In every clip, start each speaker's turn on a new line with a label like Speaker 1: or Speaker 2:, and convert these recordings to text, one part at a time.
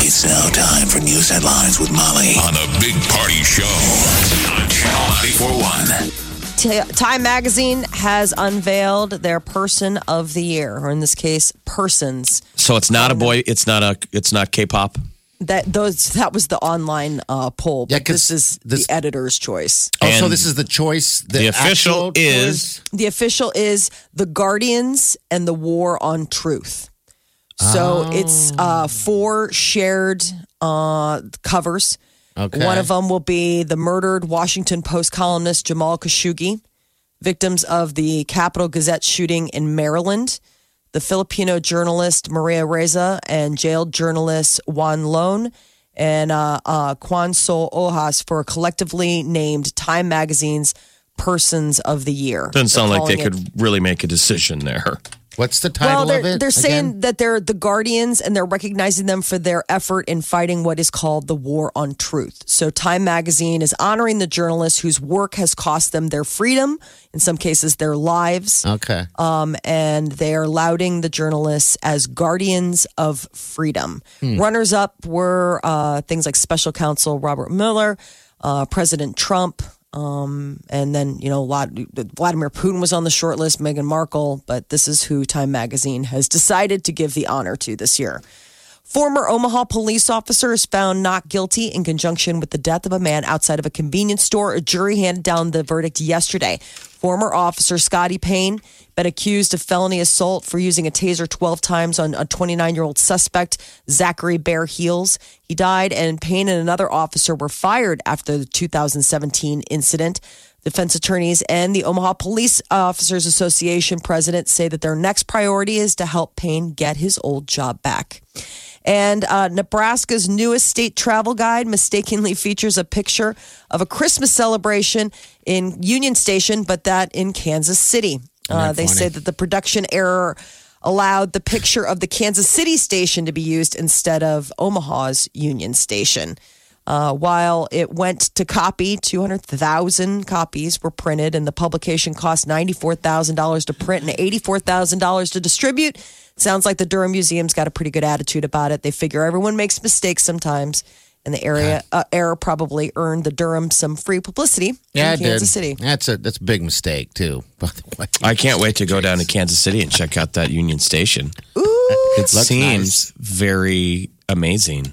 Speaker 1: It's now time for news headlines with Molly on the Big Party Show on Channel 941.
Speaker 2: T- Time Magazine has unveiled their Person of the Year, or in this case, persons.
Speaker 3: So it's not a boy. It's not a. It's not K-pop.
Speaker 2: That those that was the online uh, poll.
Speaker 4: Yeah,
Speaker 2: But this
Speaker 4: 'cause
Speaker 2: is
Speaker 4: this-
Speaker 2: the editor's choice.
Speaker 4: Oh, so
Speaker 3: And
Speaker 4: this is the choice.
Speaker 3: The official
Speaker 4: actual
Speaker 3: is
Speaker 2: The official is the Guardians and the War on Truth. So it's
Speaker 3: Oh.
Speaker 2: uh, four shared uh, covers.
Speaker 4: Okay.
Speaker 2: One of them will be the murdered Washington Post columnist Jamal Khashoggi, victims of the Capitol Gazette shooting in Maryland, the Filipino journalist Maria Reza, and jailed journalist Juan Lone and uh, uh, Quan Sol Ojas for collectively named Time Magazine's Persons of the Year.
Speaker 3: doesn't sound
Speaker 2: They're
Speaker 3: like they
Speaker 2: calling it-
Speaker 3: could really make a decision there.
Speaker 4: What's the
Speaker 2: well,
Speaker 4: title
Speaker 2: they're,
Speaker 4: of it?
Speaker 2: they're saying
Speaker 4: again?
Speaker 2: that they're the guardians and they're recognizing them for their effort in fighting what is called the war on truth. So, Time Magazine is honoring the journalists whose work has cost them their freedom, in some cases, their lives.
Speaker 4: Okay.
Speaker 2: Um, and they are lauding the journalists as guardians of freedom. Runners up were uh, things like special counsel Robert Mueller, uh, President Trump, um, and then, you know, a lot, Vladimir Putin was on the short list, Meghan Markle, but this is who Time Magazine has decided to give the honor to this year. Former Omaha police officer is found not guilty in conjunction with the death of a man outside of a convenience store. A jury handed down the verdict yesterday. Former officer Scotty Payne been accused of felony assault for using a taser 12 times on a 29 year old suspect, Zachary Bear Heels. He died, and Payne and another officer were fired after the 2017 incident. Defense attorneys and the Omaha Police Officers Association president say that their next priority is to help Payne get his old job back. And uh, Nebraska's newest state travel guide mistakenly features a picture of a Christmas celebration in Union Station, but that in Kansas City. Uh, they say that the production error allowed the picture of the Kansas City station to be used instead of Omaha's Union Station. Uh, while it went to copy, 200,000 copies were printed, and the publication cost $94,000 to print and $84,000 to distribute. Sounds like the Durham Museum's got a pretty good attitude about it. They figure everyone makes mistakes sometimes, and the area uh, error probably earned the Durham some free publicity
Speaker 4: yeah,
Speaker 2: in
Speaker 4: it
Speaker 2: Kansas
Speaker 4: did.
Speaker 2: City.
Speaker 4: That's a that's a big mistake too. By the way,
Speaker 3: I can't wait to go down to Kansas City and check out that Union Station. it
Speaker 4: Looks
Speaker 3: seems very amazing.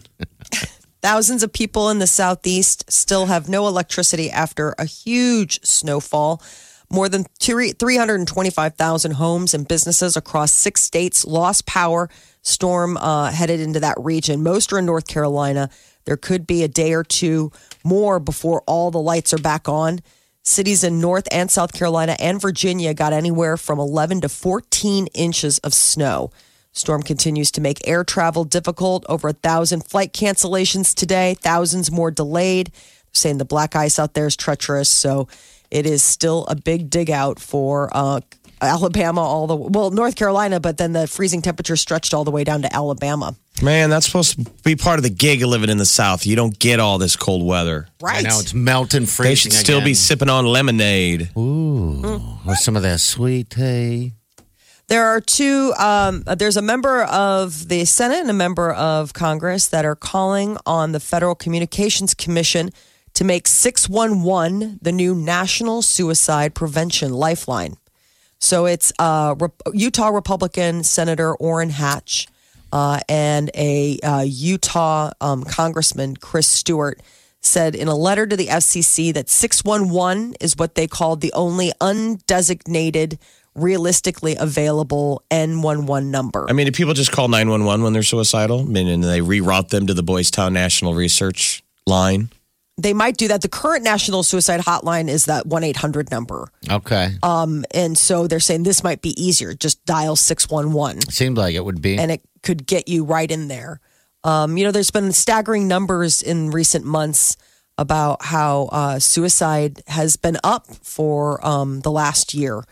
Speaker 2: Thousands of people in the southeast still have no electricity after a huge snowfall. More than three- 325,000 homes and businesses across six states lost power. Storm uh, headed into that region. Most are in North Carolina. There could be a day or two more before all the lights are back on. Cities in North and South Carolina and Virginia got anywhere from 11 to 14 inches of snow. Storm continues to make air travel difficult. Over a thousand flight cancellations today, thousands more delayed. They're saying the black ice out there is treacherous, so it is still a big dig out for uh, Alabama, all the well, North Carolina, but then the freezing temperature stretched all the way down to Alabama.
Speaker 3: Man, that's supposed to be part of the gig of living in the South. You don't get all this cold weather.
Speaker 4: I
Speaker 2: Right.
Speaker 4: know it's melting freezing.
Speaker 3: They should still be sipping on lemonade.
Speaker 4: be or some of that sweet tea.
Speaker 2: There are two. Um, there's a member of the Senate and a member of Congress that are calling on the Federal Communications Commission to make 611 the new national suicide prevention lifeline. So it's uh, Re- Utah Republican Senator Orrin Hatch uh, and a uh, Utah um, Congressman Chris Stewart said in a letter to the FCC that 611 is what they called the only undesignated, realistically available N11 number.
Speaker 3: I mean, do people just call 911 when they're suicidal? I mean, and they reroute them to the Boys Town National Research Line?
Speaker 2: They might do that. The current national suicide hotline is that 1 800 number.
Speaker 4: Okay,
Speaker 2: Uh, And so they're saying this might be easier. Just dial 611.
Speaker 4: seemed like it would be.
Speaker 2: and it could get you right in there. Um, you know, there's been staggering numbers in recent months about how uh, suicide has been up for um, the last year.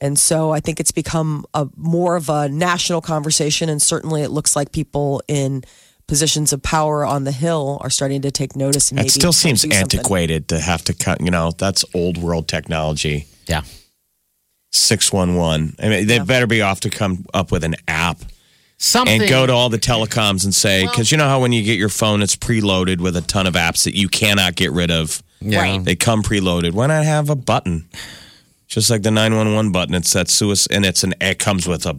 Speaker 2: And so I think it's become a more of a national conversation. And certainly it looks like people in positions of power on the Hill are starting to take notice. And
Speaker 3: That
Speaker 2: maybe
Speaker 3: still seems
Speaker 2: do something.
Speaker 3: antiquated to have to cut. You know, that's old world technology.
Speaker 4: Yeah.
Speaker 3: Six one one. I mean, they better be off to come up with an app
Speaker 4: Something.
Speaker 3: and go to all the telecoms and say, because you know how when you get your phone, it's preloaded with a ton of apps that you cannot get rid of.
Speaker 4: Yeah. Right.
Speaker 3: They come preloaded. Why not have a button? Just like the 911 button, it's that suicide, and it's an, it comes with a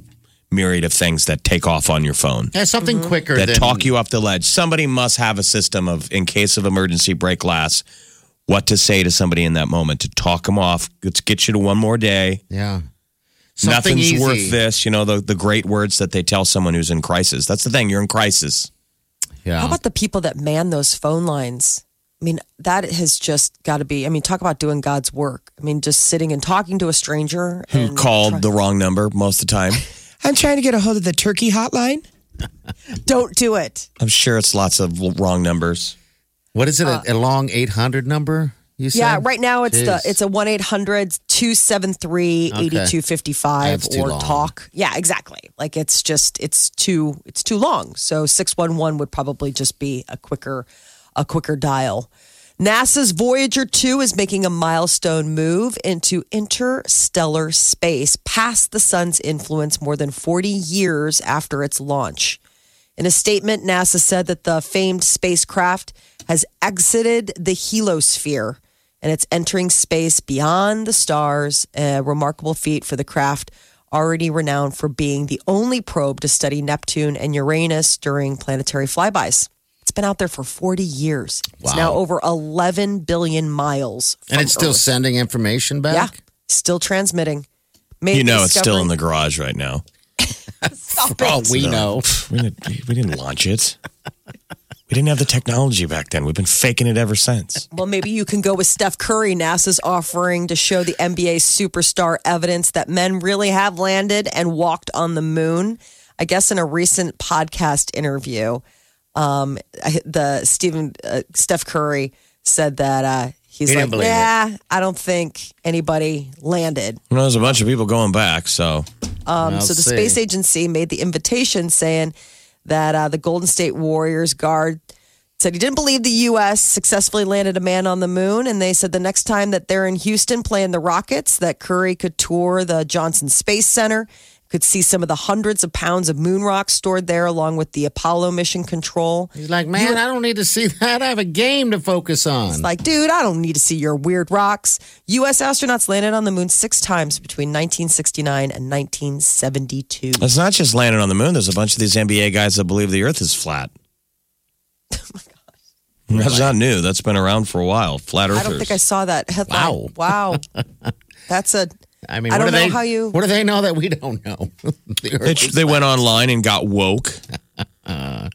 Speaker 3: myriad of things that take off on your phone
Speaker 4: Yeah, something
Speaker 2: Mm-hmm.
Speaker 4: quicker
Speaker 3: that
Speaker 4: than
Speaker 3: talk you off the ledge. Somebody must have a system of, in case of emergency break glass, what to say to somebody in that moment to talk them off. Let's get you to one more day.
Speaker 4: Yeah. Something
Speaker 3: Nothing's
Speaker 4: easy.
Speaker 3: worth this. You know, the, the great words that they tell someone who's in crisis. That's the thing. You're in crisis.
Speaker 4: Yeah.
Speaker 2: How about the people that man those phone lines? I mean, that has just got to be. I mean, talk about doing God's work. I mean, just sitting and talking to a stranger.
Speaker 3: Who called the wrong number most of the time. I'm trying to get a hold of the turkey hotline.
Speaker 2: Don't do it.
Speaker 3: I'm sure it's lots of l- wrong numbers.
Speaker 4: what is it? a, a long 800 number? You said?
Speaker 2: uh, Yeah, right now it's the
Speaker 4: Jeez.
Speaker 2: it's a 1-800-273-8255
Speaker 4: That's too
Speaker 2: or
Speaker 4: long.
Speaker 2: talk. Yeah, exactly. Like it's just it's too it's too long. So 611 would probably just be a quicker a quicker dial. NASA's Voyager 2 is making a milestone move into interstellar space past the sun's influence more than 40 years after its launch. In a statement, NASA said that the famed spacecraft has exited the heliosphere and it's entering space beyond the stars, a remarkable feat for the craft already renowned for being the only probe to study Neptune and Uranus during planetary flybys. It's been out there for 40 years. It's now over 11 billion miles.
Speaker 4: And
Speaker 2: from
Speaker 4: it's still
Speaker 2: Earth.
Speaker 4: sending information back?
Speaker 2: Oh. yeah, still transmitting. Made
Speaker 3: You know, it's still in
Speaker 2: discovery-
Speaker 3: the garage right now.
Speaker 4: For all we know.
Speaker 3: We didn't, we didn't launch it. We didn't have the technology back then. We've been faking it ever since.
Speaker 2: Well, maybe you can go with Steph Curry. NASA's offering to show the NBA superstar evidence that men really have landed and walked on the moon. I guess in a recent podcast interview, um, I- the Stephen uh, Steph Curry said that uh, he's
Speaker 4: He
Speaker 2: like,
Speaker 4: didn't believe it.
Speaker 2: "Yeah, I don't think anybody landed."
Speaker 3: Well, there's a bunch of people going back, so
Speaker 4: I'll
Speaker 2: so the
Speaker 4: see.
Speaker 2: space agency made the invitation saying that uh, the Golden State Warriors guard said he didn't believe the U.S. successfully landed a man on the moon, and they said the next time that they're in Houston playing the Rockets, that Curry could tour the Johnson Space Center, could see some of the hundreds of pounds of moon rock stored there, along with the Apollo mission control.
Speaker 4: He's like, man, I don't need to see that. I have a game to focus on.
Speaker 2: Like, dude, I don't need to see your weird rocks. U.S. astronauts landed on the moon six times between 1969 and 1972.
Speaker 3: it's not just landing on the moon. There's a bunch of these NBA guys that believe the Earth is flat. Oh my gosh, that's not new. That's been around for a while. Flat Earthers.
Speaker 2: I don't think I saw that headline. Wow. Wow. That's a.
Speaker 4: I mean,
Speaker 2: I
Speaker 4: what
Speaker 2: don't
Speaker 4: do
Speaker 2: know
Speaker 4: they,
Speaker 2: how you-
Speaker 4: What do they know that we don't know? The
Speaker 3: They,
Speaker 4: Earth is-
Speaker 3: they went online and got woke.
Speaker 2: well,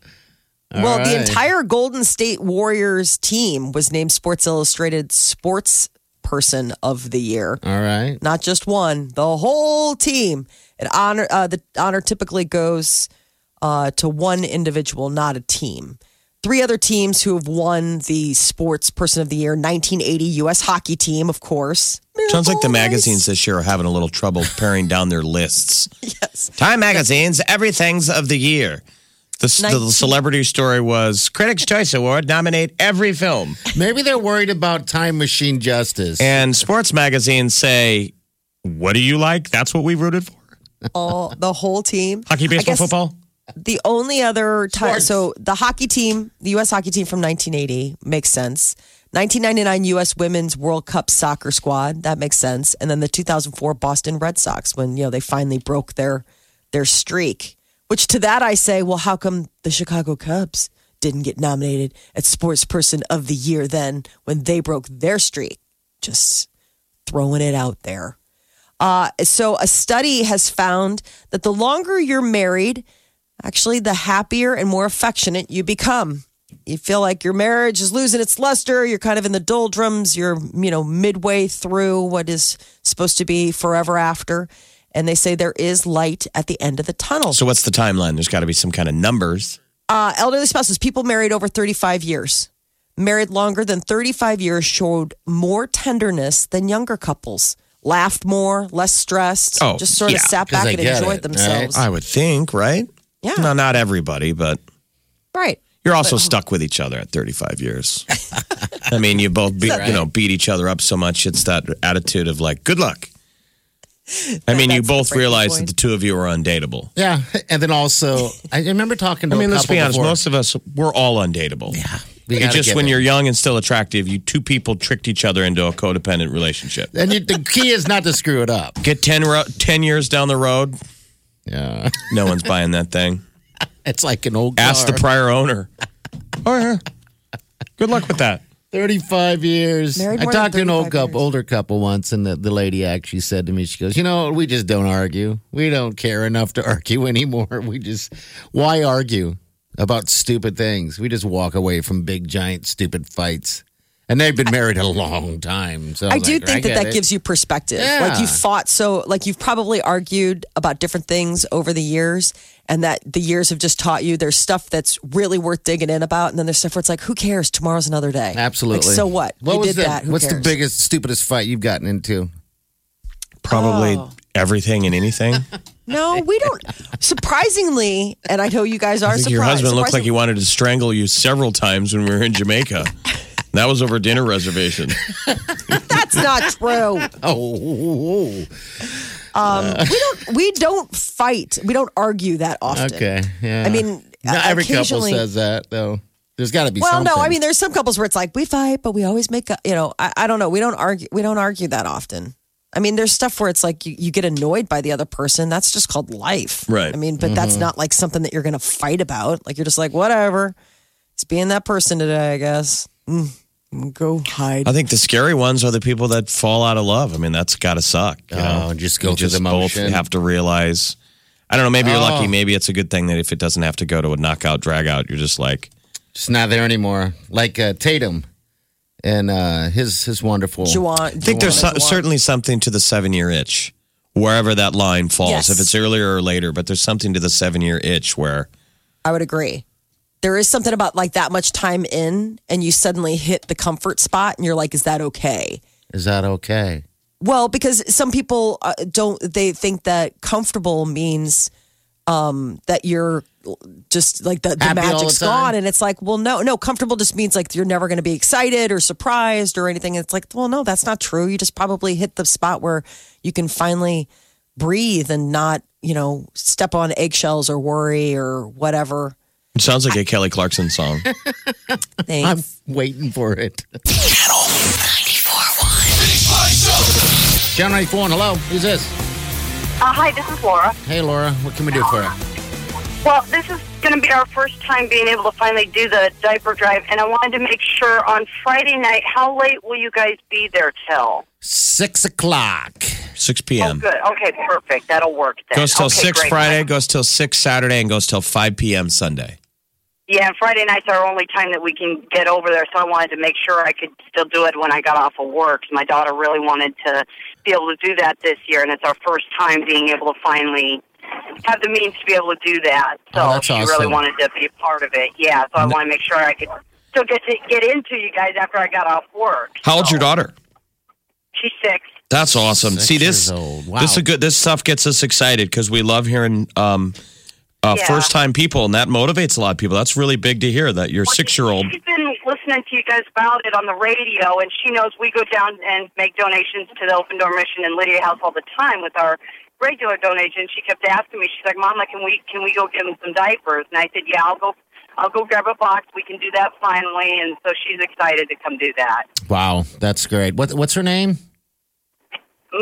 Speaker 2: the
Speaker 4: right.
Speaker 2: entire Golden State Warriors team was named Sports Illustrated Sports Person of the Year.
Speaker 4: all right.
Speaker 2: Not just one, the whole team. It honor uh, the honor typically goes uh, to one individual, not a team. Three other teams who have won the Sports Person of the Year: 1980 U.S. Hockey Team, of course.
Speaker 3: Sounds like the
Speaker 2: Miracles.
Speaker 3: magazines this year are having a little trouble paring down their lists. yes. Time magazines, everything's of the year. The, s- the
Speaker 2: Nineteen-
Speaker 3: celebrity story was Critics' Choice Award nominate every film.
Speaker 4: Maybe they're worried about time machine justice.
Speaker 3: And sports magazines say, What do you like? That's what we rooted for.
Speaker 2: all the whole team.
Speaker 3: Hockey,
Speaker 2: I
Speaker 3: baseball,
Speaker 2: guess
Speaker 3: football.
Speaker 2: The only other time, so the hockey team, the U.S. hockey team from 1980 makes sense. 1999 U.S. Women's World Cup soccer squad that makes sense, and then the 2004 Boston Red Sox when you know they finally broke their their streak. Which to that I say, well, how come the Chicago Cubs didn't get nominated at Sports Person of the Year then when they broke their streak? Just throwing it out there. Uh, so, a study has found that the longer you're married, actually, the happier and more affectionate you become. You feel like your marriage is losing its luster. You're kind of in the doldrums. You're, you know, midway through what is supposed to be forever after. And they say there is light at the end of the tunnel.
Speaker 3: So, what's the timeline? There's got to be some kind of numbers.
Speaker 2: Uh, elderly spouses, people married over 35 years, married longer than 35 years, showed more tenderness than younger couples, laughed more, less stressed,
Speaker 3: Oh,
Speaker 2: just sort of
Speaker 3: yeah,
Speaker 2: sat
Speaker 4: 'cause
Speaker 2: back
Speaker 4: they
Speaker 2: and
Speaker 4: get
Speaker 2: enjoyed
Speaker 4: it,
Speaker 2: themselves.
Speaker 3: I would think, right?
Speaker 2: Yeah.
Speaker 3: No, not everybody, but
Speaker 2: Right.
Speaker 3: you're also stuck with each other at 35 years. I mean, you both beat, you know beat each other up so much. It's that attitude of like, good luck. I mean, you
Speaker 2: that's the
Speaker 3: both
Speaker 2: breaking
Speaker 3: realize
Speaker 2: point.
Speaker 3: that the two of you are undateable.
Speaker 4: Yeah, and then also I remember talking to.
Speaker 3: I mean,
Speaker 4: a
Speaker 3: let's
Speaker 4: couple
Speaker 3: be honest.
Speaker 4: before. Ah,
Speaker 3: Most of us, we're all undateable. Yeah.
Speaker 4: We gotta
Speaker 3: just
Speaker 4: get
Speaker 3: when
Speaker 4: it.
Speaker 3: you're young and still attractive, you two people tricked each other into a codependent relationship.
Speaker 4: and you, the key is not to screw it up.
Speaker 3: Get 10, ro- 10 years down the road,
Speaker 4: Yeah,
Speaker 3: no one's buying that thing.
Speaker 4: it's like an old.
Speaker 3: Ask the
Speaker 4: car.
Speaker 3: prior owner. Oh, yeah. Good luck with that.
Speaker 4: Thirty-five years.
Speaker 2: Married
Speaker 4: I
Speaker 2: more
Speaker 4: talked to
Speaker 2: than
Speaker 4: an old
Speaker 2: 35
Speaker 4: couple, older couple once, and the, the lady actually said to me, "She goes, you know, we just don't argue. We don't care enough to argue anymore. We just why argue about stupid things? We just walk away from big, giant, stupid fights." And they've been married a long time, so
Speaker 2: I
Speaker 4: was
Speaker 2: do
Speaker 4: like,
Speaker 2: think that
Speaker 4: get
Speaker 2: that
Speaker 4: it."
Speaker 2: gives you perspective. Like you
Speaker 4: Yeah.
Speaker 2: fought so, like you've probably argued about different things over the years, and that the years have just taught you there's stuff that's really worth digging in about, and then there's stuff where it's like, who cares? Tomorrow's another day.
Speaker 4: absolutely.
Speaker 2: Like, so what?
Speaker 4: What
Speaker 2: you
Speaker 4: was
Speaker 2: did
Speaker 4: the,
Speaker 2: that. Who
Speaker 4: What's the
Speaker 2: cares?
Speaker 4: biggest, stupidest fight you've gotten into?
Speaker 3: Probably
Speaker 4: Oh.
Speaker 3: everything and anything.
Speaker 2: No, we don't. Surprisingly, and I know you guys are
Speaker 3: I think
Speaker 2: surprised.
Speaker 3: your husband looked
Speaker 2: surprisingly-
Speaker 3: like he wanted to strangle you several times when we were in Jamaica. that was over dinner reservation.
Speaker 2: That's not true.
Speaker 4: Oh,
Speaker 2: we don't. We don't fight. We don't argue that often.
Speaker 4: Oh, okay. Yeah.
Speaker 2: I mean,
Speaker 4: not every couple
Speaker 2: occasionally-
Speaker 4: says that though. There's got to be.
Speaker 2: Well,
Speaker 4: something.
Speaker 2: no, I mean, there's some couples where it's like we fight, but we always make. up You know, I, I don't know. We don't argue. We don't argue that often. I mean, there's stuff where it's like you, you get annoyed by the other person. That's just called life,
Speaker 3: Right.
Speaker 2: I mean, but
Speaker 4: Mm-hmm.
Speaker 2: that's not like something that you're going to fight about. Like you're just like whatever. It's being that person today, I guess. Mm, go hide.
Speaker 3: I think the scary ones are the people that fall out of love. I mean, that's got to suck. You know?
Speaker 4: Oh, just go
Speaker 3: you
Speaker 4: through
Speaker 3: just
Speaker 4: the motion.
Speaker 3: both have to realize. I don't know. Maybe you're
Speaker 4: Oh.
Speaker 3: lucky. Maybe it's a good thing that if it doesn't have to go to a knockout, drag out, you're just like,
Speaker 4: Just not there anymore. Like uh, Tatum and uh, his his wonderful.
Speaker 2: Juwan,
Speaker 3: I think there's so- certainly something to the seven year itch, wherever that line falls,
Speaker 2: Yes.
Speaker 3: if it's earlier or later, but there's something to the seven year itch where
Speaker 2: I would agree. There is something about like that much time in, and you suddenly hit the comfort spot, and you're like, "Is that okay?"
Speaker 4: Is that okay?
Speaker 2: Well, because some people uh, don't, they think that comfortable means um, that you're just like the, the
Speaker 4: Happy all
Speaker 2: magic's
Speaker 4: the time.
Speaker 2: gone. And it's like, well, no, no, comfortable just means like you're never going to be excited or surprised or anything. It's like, well, no, that's not true. You just probably hit the spot where you can finally breathe and not, you know, step on eggshells or worry or whatever.
Speaker 3: it sounds like a Kelly Clarkson song.
Speaker 2: Thanks.
Speaker 4: I'm waiting for it.
Speaker 1: Channel 94.1. Big Party Show.
Speaker 4: Channel 94, hello. Who's this?
Speaker 5: Uh, hi, this is Laura.
Speaker 4: Hey, Laura. What can we do for you?
Speaker 5: Well, this is going to be our first time being able to finally do the diaper drive, and I wanted to make sure on Friday night, how late will you guys be there till? Oh,
Speaker 4: Six o'clock.
Speaker 3: 6 p.m.
Speaker 5: Good. Okay, perfect. That'll work then.
Speaker 3: Goes till
Speaker 5: Okay,
Speaker 3: 6
Speaker 5: great.
Speaker 3: Friday, goes till 6 Saturday, and goes till 5 p.m. Sunday.
Speaker 5: Yeah, and Friday nights are our only time that we can get over there, so I wanted to make sure I could still do it when I got off of work. My daughter really wanted to be able to do that this year, and it's our first time being able to finally have the means to be able to do that. So
Speaker 4: Oh, that's
Speaker 5: she really
Speaker 4: awesome.
Speaker 5: wanted to be a part of it. Yeah, so I want to make sure I could still get to get into you guys after I got off work.
Speaker 3: How old's your daughter?
Speaker 5: She's six.
Speaker 3: That's awesome.
Speaker 4: Six
Speaker 3: See this?
Speaker 4: years old. Wow.
Speaker 3: This is good. This stuff gets us excited because we love hearing um, uh,
Speaker 5: Yeah.
Speaker 3: first time people, and that motivates a lot of people. That's really big to hear that your six year old.
Speaker 5: She's been listening to you guys about it on the radio, and she knows we go down and make donations to the Open Door Mission and Lydia House all the time with our regular donations. She kept asking me. She's like, "Mama, can we can we go get them some diapers?" And I said, "Yeah, I'll go." I'll go grab a box. We can do that finally, and so she's excited to come do that.
Speaker 4: Wow, that's great. What, what's her name?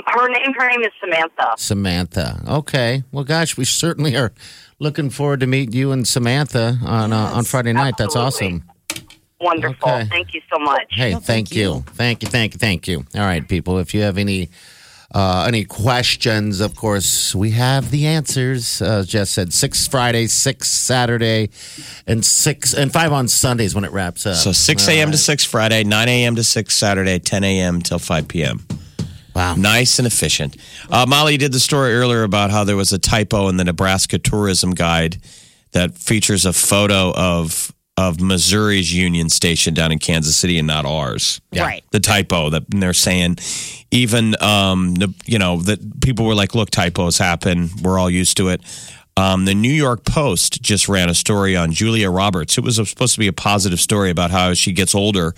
Speaker 5: Her name, her name is Samantha.
Speaker 4: Samantha. Okay. Well, gosh, we certainly are looking forward to meet you and Samantha on uh, on Friday night. That's
Speaker 5: absolutely.
Speaker 4: awesome.
Speaker 5: Wonderful.
Speaker 4: Okay.
Speaker 5: Thank you so much.
Speaker 4: Hey, thank,
Speaker 2: thank
Speaker 4: you.
Speaker 2: you.
Speaker 4: Thank you, thank you, thank you. All right, people, if you have any uh, any questions, of course, we have the answers. Uh, Jess said six Friday, six Saturday, and six and five on Sundays when it wraps up.
Speaker 3: So 6 a.m. to 6 Friday, 9 a.m. to 6 Saturday, 10 a.m. till 5 p.m.
Speaker 4: Wow.
Speaker 3: Nice and efficient. Uh, Molly you did the story earlier about how there was a typo in the Nebraska tourism guide that features a photo of of Missouri's Union Station down in Kansas City and not ours.
Speaker 6: Right.
Speaker 3: The typo that and they're saying, even um, the, you know that people were like, "Look, typos happen. We're all used to it." Um, the New York Post just ran a story on Julia Roberts. It was supposed to be a positive story about how as she gets older,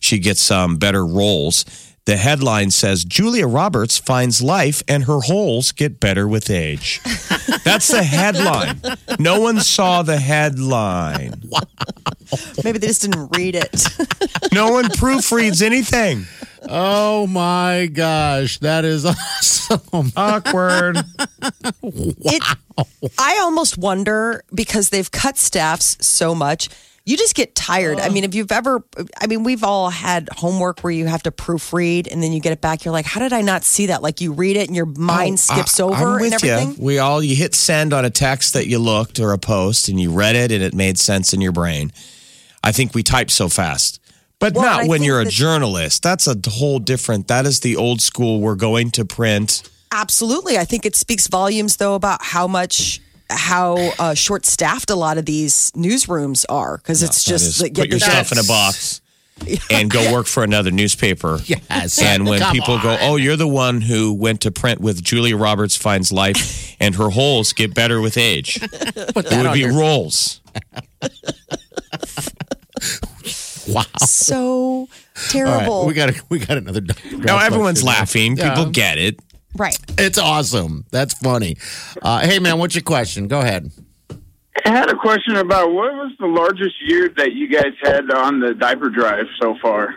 Speaker 3: she gets um, better roles. The headline says Julia Roberts finds life and her holes get better with age. That's the headline. No one saw the headline.
Speaker 2: Maybe they just didn't read it.
Speaker 3: No one proofreads anything.
Speaker 4: Oh my gosh, that is awesome.
Speaker 3: Awkward.
Speaker 2: It, I almost wonder because they've cut staffs so much. You just get tired. I mean, if you've ever, I mean, we've all had homework where you have to proofread and then you get it back. You're like, how did I not see that? Like you read it and your mind skips over
Speaker 3: Oh, I'm
Speaker 2: and
Speaker 3: with
Speaker 2: everything.
Speaker 3: you. We all you hit send on a text that you looked or a post and you read it and it made sense in your brain. I think we type so fast. But
Speaker 2: Well,
Speaker 3: not
Speaker 2: I
Speaker 3: when
Speaker 2: think
Speaker 3: you're a
Speaker 2: that-
Speaker 3: journalist. That's a whole different. That is the old school we're going to print.
Speaker 2: Absolutely. I think it speaks volumes, though, about how much, how uh, short staffed a lot of these newsrooms are because it's just
Speaker 3: Just
Speaker 2: like,
Speaker 3: put
Speaker 2: get the-
Speaker 3: your stuff in a box and go work for another newspaper.
Speaker 4: Yes.
Speaker 3: And when
Speaker 4: Come
Speaker 3: people go, oh, you're the one who went to print with Julia Roberts finds life and her holes get better with age. it would be rolls.
Speaker 4: Wow.
Speaker 2: so
Speaker 4: All right,
Speaker 2: terrible.
Speaker 4: we got we got another.
Speaker 3: Now everyone's laughing.
Speaker 4: Yeah.
Speaker 3: People get it.
Speaker 2: right.
Speaker 4: It's awesome. That's funny. Uh, hey man, what's your question? Go ahead.
Speaker 7: I had a question about what was the largest year that you guys had on the diaper drive so far?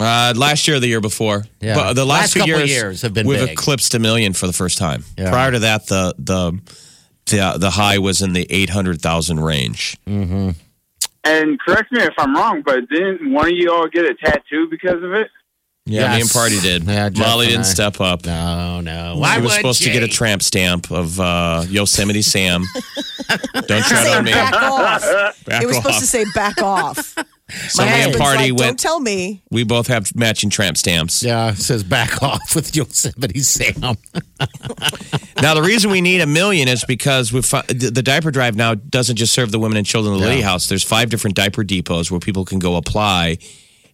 Speaker 3: Uh, last year, or the year before,
Speaker 4: Yeah.
Speaker 3: But the
Speaker 4: Last
Speaker 3: last, few
Speaker 4: couple
Speaker 3: years,
Speaker 4: years have been
Speaker 3: we've
Speaker 4: big.
Speaker 3: eclipsed a million for the first time.
Speaker 4: Yeah.
Speaker 3: Prior to that, the the the, the high was in the eight hundred thousand range.
Speaker 7: And correct me if I'm wrong, but didn't one of you all get a tattoo because of it?
Speaker 3: Yeah, me and
Speaker 4: Yes.
Speaker 3: Party did.
Speaker 4: Yeah, Jeff
Speaker 3: Molly
Speaker 4: and
Speaker 3: didn't
Speaker 4: I.
Speaker 3: step up.
Speaker 4: No, no.
Speaker 3: She was supposed to get a tramp stamp of uh, Yosemite Sam. Don't tread on me.
Speaker 2: Back off.
Speaker 3: Back
Speaker 2: it was supposed
Speaker 3: off.
Speaker 2: to say back off.
Speaker 3: so me and
Speaker 2: husband's
Speaker 3: Party
Speaker 2: like, Don't
Speaker 3: went.
Speaker 2: tell me.
Speaker 3: we both have matching tramp stamps.
Speaker 4: Yeah, it uh, says back off with Yosemite Sam.
Speaker 3: Now, the reason we need a million is because we fi- the, the diaper drive now doesn't just serve the women and children of the Liddy House. There's five different diaper depots where people can go apply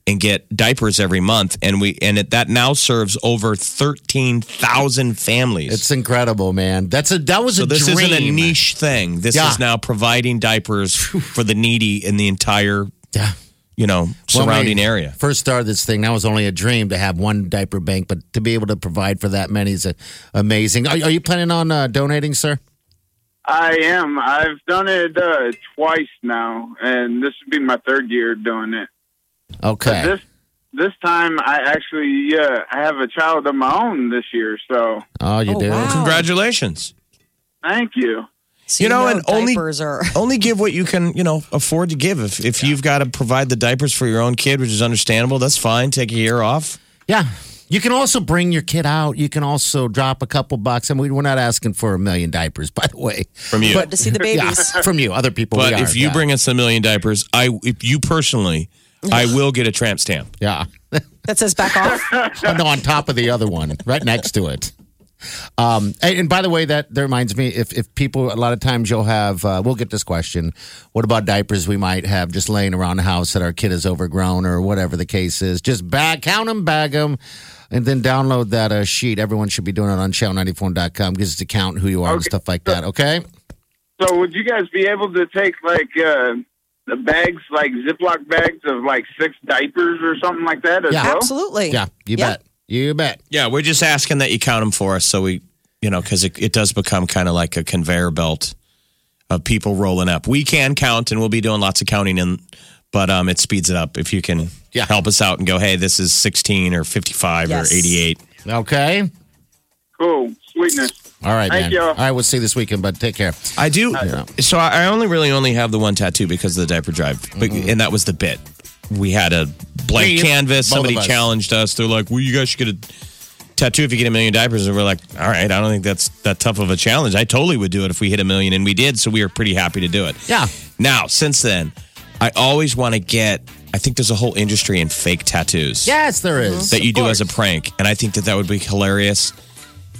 Speaker 3: and get diapers every month, and we and it, that now serves over thirteen thousand families.
Speaker 4: It's incredible, man. That's a that was
Speaker 3: so
Speaker 4: a
Speaker 3: this
Speaker 4: dream.
Speaker 3: isn't a niche thing. This
Speaker 4: Yeah.
Speaker 3: is now providing diapers for the needy in the entire
Speaker 4: Yeah.
Speaker 3: you know
Speaker 4: When we
Speaker 3: surrounding area.
Speaker 4: First started this thing, that was only a dream to have one diaper bank, but to be able to provide for that many is uh, amazing. Are, are you planning on uh, donating, sir?
Speaker 7: I am. I've done it uh, twice now, and this would be my third year doing it.
Speaker 4: Okay.
Speaker 7: This this time, I actually uh, I have a child of my own this year, so
Speaker 4: Oh, you
Speaker 2: Oh,
Speaker 4: do.
Speaker 2: wow.
Speaker 3: Congratulations.
Speaker 7: thank you.
Speaker 2: So
Speaker 3: You know, and only-
Speaker 2: E diapers are.
Speaker 3: only give what you can, you know, afford to give. If if you've got to provide the diapers for your own kid, which is understandable, that's fine. Take a year off.
Speaker 4: Yeah. You can also bring your kid out. You can also drop a couple bucks. And we, we're not asking for a million diapers, by the way.
Speaker 3: From you.
Speaker 2: But to see the babies.
Speaker 4: Yeah, from you, other people.
Speaker 3: But
Speaker 4: we are,
Speaker 3: if you
Speaker 4: yeah.
Speaker 3: bring us a million diapers, I if you personally, I will get a tramp stamp.
Speaker 4: yeah,
Speaker 2: That says back off.
Speaker 4: Oh, no, on top of the other one, right next to it. Um, and, and by the way, that, that reminds me, if if people, a lot of times you'll have, uh, we'll get this question. What about diapers we might have just laying around the house that our kid is overgrown or whatever the case is? Just bag, count them, bag them, and then download that uh, sheet. Everyone should be doing it on channel94.com. Gives us to count who you are and stuff like that. Okay.
Speaker 7: So, would you guys be able to take like uh, the bags, like Ziploc bags of like six diapers or something like that as
Speaker 4: Yeah.
Speaker 7: well?
Speaker 2: Absolutely.
Speaker 4: Yeah, you
Speaker 2: Yeah.
Speaker 4: bet. You bet.
Speaker 3: Yeah, we're just asking that you count them for us, so we, you know, because it, it does become kind of like a conveyor belt of people rolling up. We can count, and we'll be doing lots of counting, and but um, it speeds it up if you can
Speaker 4: Yeah.
Speaker 3: help us out and go, hey, this is sixteen or fifty-five
Speaker 2: Yes.
Speaker 3: or eighty-eight.
Speaker 4: Okay.
Speaker 7: Cool, sweetness.
Speaker 4: All right,
Speaker 7: Thank
Speaker 4: man.
Speaker 7: you.
Speaker 4: All right, we'll see you this weekend, but take care.
Speaker 3: I do.
Speaker 4: Uh,
Speaker 3: So I I only really only have the one tattoo because of the diaper drive, but, and that was the bit. We had a blank
Speaker 4: Mm-hmm. We-
Speaker 3: canvas.
Speaker 4: both of
Speaker 3: Somebody
Speaker 4: us.
Speaker 3: challenged us. They're like, "Well, you guys should get a tattoo if you get a million diapers." And we're like, "All right, I don't think that's that tough of a challenge. I totally would do it if we hit a million, and we did. So we were pretty happy to do it.
Speaker 4: Yeah.
Speaker 3: Now, since then, I always want to get. I think there's a whole industry in fake tattoos
Speaker 4: Yes, there is.
Speaker 3: that you
Speaker 4: Of
Speaker 3: do as a
Speaker 4: course.
Speaker 3: prank. And I think that that would be hilarious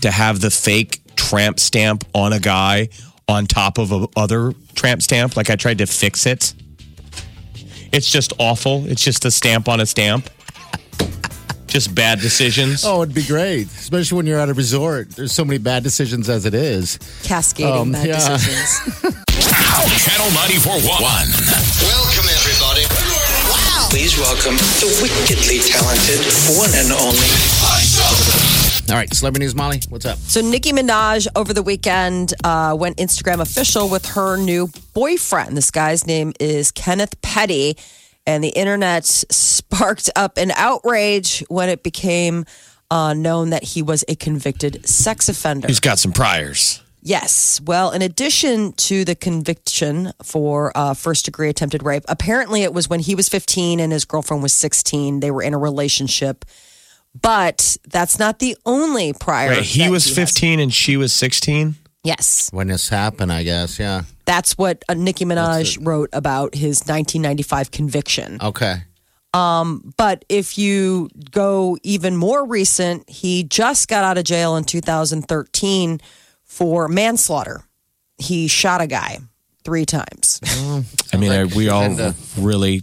Speaker 3: to have the fake tramp stamp on a guy on top of a other tramp stamp. Like I tried to fix it. It's just awful. It's just a stamp on a stamp. Just bad decisions.
Speaker 4: Oh, it'd be great, especially when you're at a resort. There's so many bad decisions as it is.
Speaker 2: Cascading
Speaker 4: Um,
Speaker 2: bad
Speaker 4: yeah.
Speaker 2: decisions.
Speaker 1: Channel 941.
Speaker 6: Welcome, everybody. Wow. Please welcome the wickedly talented one and only.
Speaker 4: All right, celebrity news, Molly. What's up?
Speaker 2: so Nicki Minaj over the weekend uh, went Instagram official with her new boyfriend. This guy's name is Kenneth Petty, and the internet sparked up an outrage when it became uh, known that he was a convicted sex offender.
Speaker 3: He's got some priors.
Speaker 2: Yes. Well, in addition to the conviction for uh, first degree attempted rape, apparently it was when he was 15 and his girlfriend was 16. They were in a relationship. But that's not the only prior.
Speaker 3: Right, he
Speaker 2: that
Speaker 3: was
Speaker 2: has.
Speaker 3: 15 and she was 16.
Speaker 2: Yes.
Speaker 4: When this happened, I guess. Yeah.
Speaker 2: That's what uh, Nicki Minaj wrote about his 1995 conviction.
Speaker 4: Okay.
Speaker 2: But if you go even more recent, he just got out of jail in 2013 for manslaughter. He shot a guy three times.
Speaker 3: I mean, I, we all
Speaker 4: Linda.
Speaker 3: really.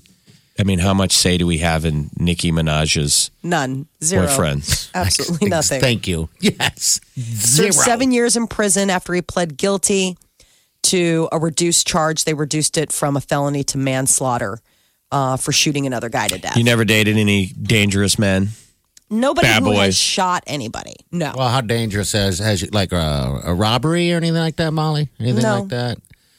Speaker 3: I mean, how much say do we have in Nicki Minaj's
Speaker 2: None. Zero.
Speaker 3: boyfriends?
Speaker 2: Absolutely nothing.
Speaker 4: Thank you. Yes.
Speaker 2: Served seven years in prison after he pled guilty to a reduced charge. They reduced it from a felony to manslaughter uh, for shooting another guy to death.
Speaker 3: You never dated any dangerous men?
Speaker 2: Nobody
Speaker 3: Bad
Speaker 2: who
Speaker 3: boys.
Speaker 2: has shot anybody. No.
Speaker 4: Well, how dangerous has has you, like uh, a robbery or anything like that, Molly? Anything
Speaker 2: No.
Speaker 4: like that?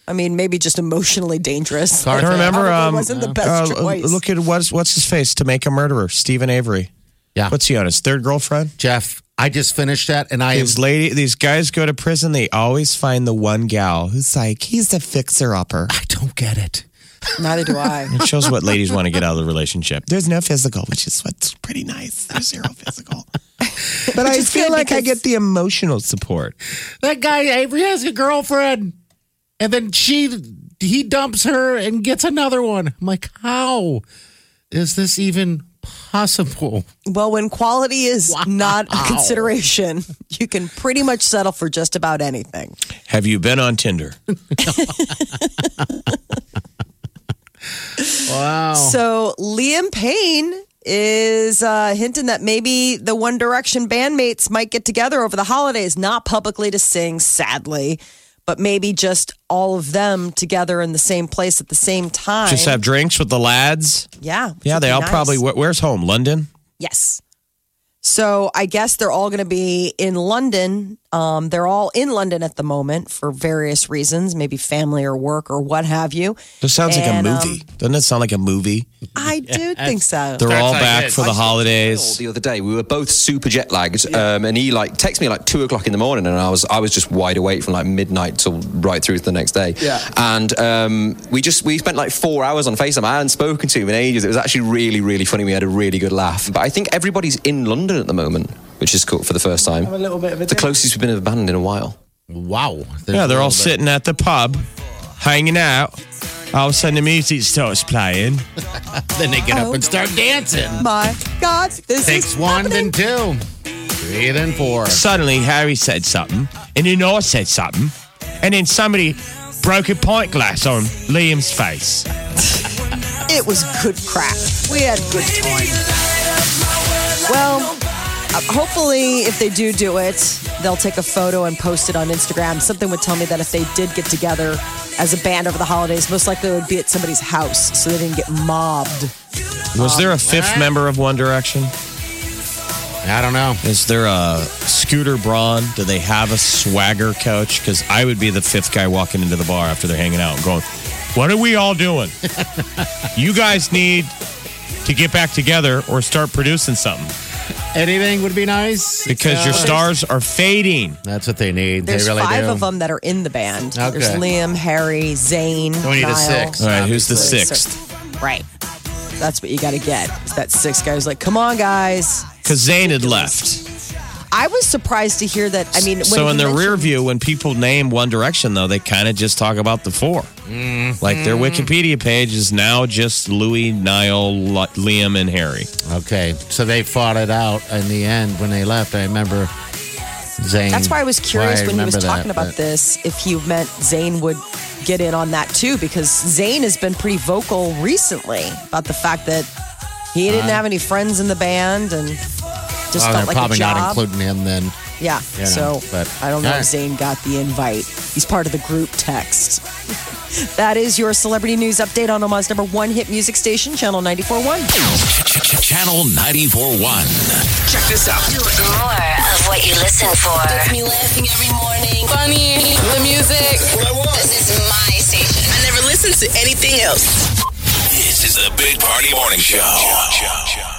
Speaker 2: I don't remember just emotionally dangerous.
Speaker 4: Car
Speaker 3: I don't
Speaker 4: theft?
Speaker 3: remember.
Speaker 2: Probably
Speaker 3: Um,
Speaker 2: wasn't the best choice.
Speaker 3: Look at what's what's his face to make a murderer, Stephen Avery.
Speaker 4: Yeah.
Speaker 3: What's he on his third girlfriend?
Speaker 4: Jeff, I just finished that, and I
Speaker 3: These lady, these guys go to prison. They always find the one gal who's like, he's a fixer upper.
Speaker 4: I don't get it.
Speaker 2: Neither do I.
Speaker 3: It shows what ladies want to get out of the relationship. There's no physical, which is what's pretty nice. There's zero physical. But I feel like I get the emotional support.
Speaker 4: That guy Avery has a girlfriend, and then she he dumps her and gets another one. I'm like, how is this even possible?
Speaker 2: Well, when quality is not a consideration, you can pretty much settle for just about anything.
Speaker 3: Have you been on Tinder?
Speaker 4: Wow.
Speaker 2: So Liam Payne is uh, hinting that maybe the One Direction bandmates might get together over the holidays, not publicly to sing, sadly, but maybe just all of them together in the same place at the same time.
Speaker 3: Just have drinks with the lads?
Speaker 2: yeah, which
Speaker 3: Yeah,
Speaker 2: would
Speaker 3: they
Speaker 2: be
Speaker 3: all
Speaker 2: nice.
Speaker 3: probably. wh- Where's home? London?
Speaker 2: yes. So I guess they're all going to be in London. Um, they're all in London at the moment for various reasons, maybe family or work or what have you.
Speaker 3: This sounds
Speaker 2: And, um,
Speaker 3: like a movie. Doesn't it sound like a movie?
Speaker 2: I do think so.
Speaker 3: They're all
Speaker 4: like
Speaker 3: back
Speaker 4: it.
Speaker 3: for the holidays.
Speaker 8: The other day, we were both super jet lagged, um, and he like texted me like two o'clock in the morning, and I was I was just wide awake from like midnight till right through to the next day. Yeah, and um, we just we spent like four hours on Facetime. I hadn't spoken to him in ages. It was actually really really funny. We had a really good laugh. But I think everybody's in London at the moment, which is cool for the first time. a little bit of the closest we've been of a band in a while.
Speaker 4: wow.
Speaker 3: Yeah, they're all
Speaker 4: There's a little
Speaker 3: sitting at the pub, hanging out. All of a sudden, the music starts playing.
Speaker 4: bit. Then they get up and start dancing.
Speaker 2: My God, this
Speaker 4: Takes
Speaker 2: is
Speaker 4: one,
Speaker 2: happening.
Speaker 4: then two, three, then four.
Speaker 3: Suddenly, Harry said something, and then I said something, and then somebody broke a pint glass on Liam's face.
Speaker 2: It was good crack. We had good time. Well, uh, hopefully, if they do do it, they'll take a photo and post it on Instagram. Something would tell me that if they did get together as a band over the holidays, most likely it would be at somebody's house so they didn't get mobbed.
Speaker 3: Was there a fifth member of One Direction?
Speaker 4: I don't know.
Speaker 3: Is there a Scooter Braun? Do they have a swagger coach? Because I would be the fifth guy walking into the bar after they're hanging out and going, What are we all doing? you guys need to get back together or start producing something
Speaker 4: Anything would be nice Uh,
Speaker 3: because your
Speaker 4: Yeah.
Speaker 3: stars are fading.
Speaker 4: That's what they need.
Speaker 2: There's
Speaker 4: they really
Speaker 2: five
Speaker 4: do.
Speaker 2: of them that are in the band.
Speaker 4: Okay.
Speaker 2: There's Liam, Harry, Zane.
Speaker 4: We need a
Speaker 2: Niall.
Speaker 4: six.
Speaker 3: All right, who's the
Speaker 2: Obviously.
Speaker 3: sixth?
Speaker 2: Right. That's what you got to get. It's that six guys like, come on, guys.
Speaker 3: Because Zane had left.
Speaker 2: I was surprised to hear that. I mean, when
Speaker 3: so
Speaker 2: he
Speaker 3: in the
Speaker 2: mentioned-
Speaker 3: rear view, when people name One Direction, though, they kind of just talk about the 4 Like
Speaker 2: Mm-hmm.
Speaker 3: their Wikipedia page is now just Louis, Niall, Lo- Liam, and Harry.
Speaker 4: Okay, so they fought it out in the end when they left. I remember Zane.
Speaker 2: That's why I was curious
Speaker 4: Why Mm. I
Speaker 2: when he was
Speaker 4: remember that,
Speaker 2: talking about
Speaker 4: but-
Speaker 2: this if you meant Zayn would get in on that too, because Zayn has been pretty vocal recently about the fact that he didn't have any friends in the band and just
Speaker 4: Oh,
Speaker 2: felt
Speaker 4: Uh-huh. they're
Speaker 2: like
Speaker 4: probably
Speaker 2: a job.
Speaker 4: not including him then.
Speaker 2: yeah.
Speaker 4: you know,
Speaker 2: so
Speaker 4: but-
Speaker 2: I don't know
Speaker 4: All
Speaker 2: if
Speaker 4: right.
Speaker 2: Zayn got the invite. He's part of the group text. that is your celebrity news update on Omaha's number one hit music station, Channel 94.1.
Speaker 1: Channel 94.1.
Speaker 9: Check this out.
Speaker 10: More of what you listen for.
Speaker 9: Gets me laughing every morning. Funny. The music.
Speaker 6: What I want.
Speaker 9: This is my station. I never listen to anything else.
Speaker 1: This is the Big Party Morning Show.